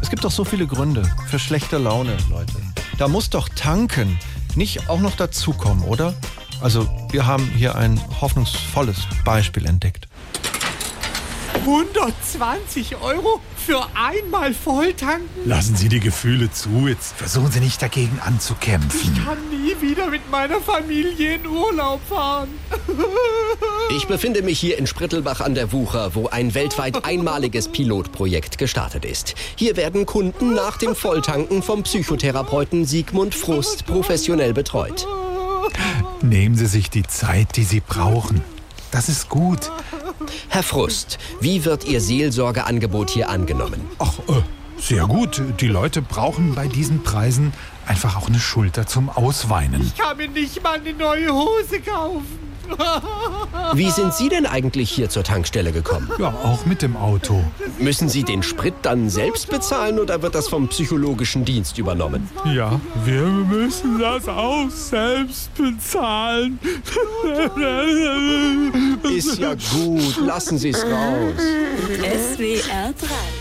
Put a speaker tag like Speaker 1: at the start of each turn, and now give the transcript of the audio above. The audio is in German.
Speaker 1: Es gibt doch so viele Gründe für schlechte Laune, Leute. Da muss doch tanken nicht auch noch dazukommen, oder? Also wir haben hier ein hoffnungsvolles Beispiel entdeckt.
Speaker 2: 120 Euro für einmal Volltanken?
Speaker 3: Lassen Sie die Gefühle zu. Jetzt versuchen Sie nicht dagegen anzukämpfen.
Speaker 2: Ich kann nie wieder mit meiner Familie in Urlaub fahren.
Speaker 4: Ich befinde mich hier in Sprittelbach an der Wucher, wo ein weltweit einmaliges Pilotprojekt gestartet ist. Hier werden Kunden nach dem Volltanken vom Psychotherapeuten Sigmund Frust professionell betreut.
Speaker 3: Nehmen Sie sich die Zeit, die Sie brauchen. Das ist gut.
Speaker 4: Herr Frust, wie wird Ihr Seelsorgeangebot hier angenommen?
Speaker 3: Ach, äh, sehr gut. Die Leute brauchen bei diesen Preisen einfach auch eine Schulter zum Ausweinen.
Speaker 2: Ich kann mir nicht mal eine neue Hose kaufen.
Speaker 4: Wie sind Sie denn eigentlich hier zur Tankstelle gekommen?
Speaker 3: Ja, auch mit dem Auto.
Speaker 4: Müssen Sie den Sprit dann selbst bezahlen oder wird das vom psychologischen Dienst übernommen?
Speaker 3: Ja, wir müssen das auch selbst bezahlen.
Speaker 4: Ist ja gut, lassen Sie es raus.
Speaker 5: SWR 3